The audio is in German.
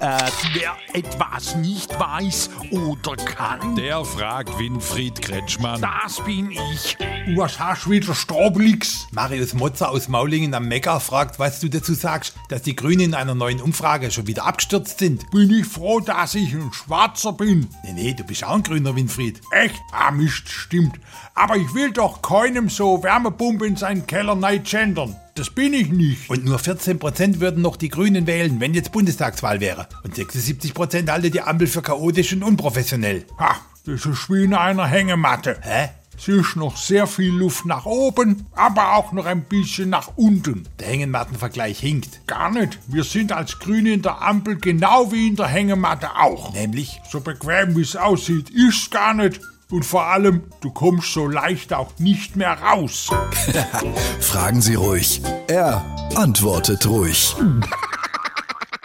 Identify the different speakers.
Speaker 1: Äh, wer etwas nicht weiß oder kann,
Speaker 2: Der fragt Winfried Kretschmann.
Speaker 1: das bin ich.
Speaker 3: Urscharschwieder Stroblix. Marius Motzer aus Maulingen am Neckar fragt, was du dazu sagst, dass die Grünen in einer neuen Umfrage schon wieder abgestürzt sind.
Speaker 1: Bin ich froh, dass ich ein Schwarzer bin.
Speaker 3: Nee, nee, du bist auch ein Grüner, Winfried.
Speaker 1: Echt? Ah, Mist, stimmt. Aber ich will doch keinem so Wärmepumpe in seinen Keller neid gendern. Das bin ich nicht.
Speaker 3: Und nur 14% würden noch die Grünen wählen, wenn jetzt Bundestagswahl wäre. Und 76% halten die Ampel für chaotisch und unprofessionell.
Speaker 1: Ha, das ist wie in einer Hängematte.
Speaker 3: Hä?
Speaker 1: Es ist noch sehr viel Luft nach oben, aber auch noch ein bisschen nach unten.
Speaker 3: Der Hängenmattenvergleich hinkt.
Speaker 1: Gar nicht. Wir sind als Grüne in der Ampel genau wie in der Hängematte auch.
Speaker 3: Nämlich?
Speaker 1: So bequem wie es aussieht, ist's gar nicht. Und vor allem, du kommst so leicht auch nicht mehr raus.
Speaker 4: Fragen Sie ruhig. Er antwortet ruhig.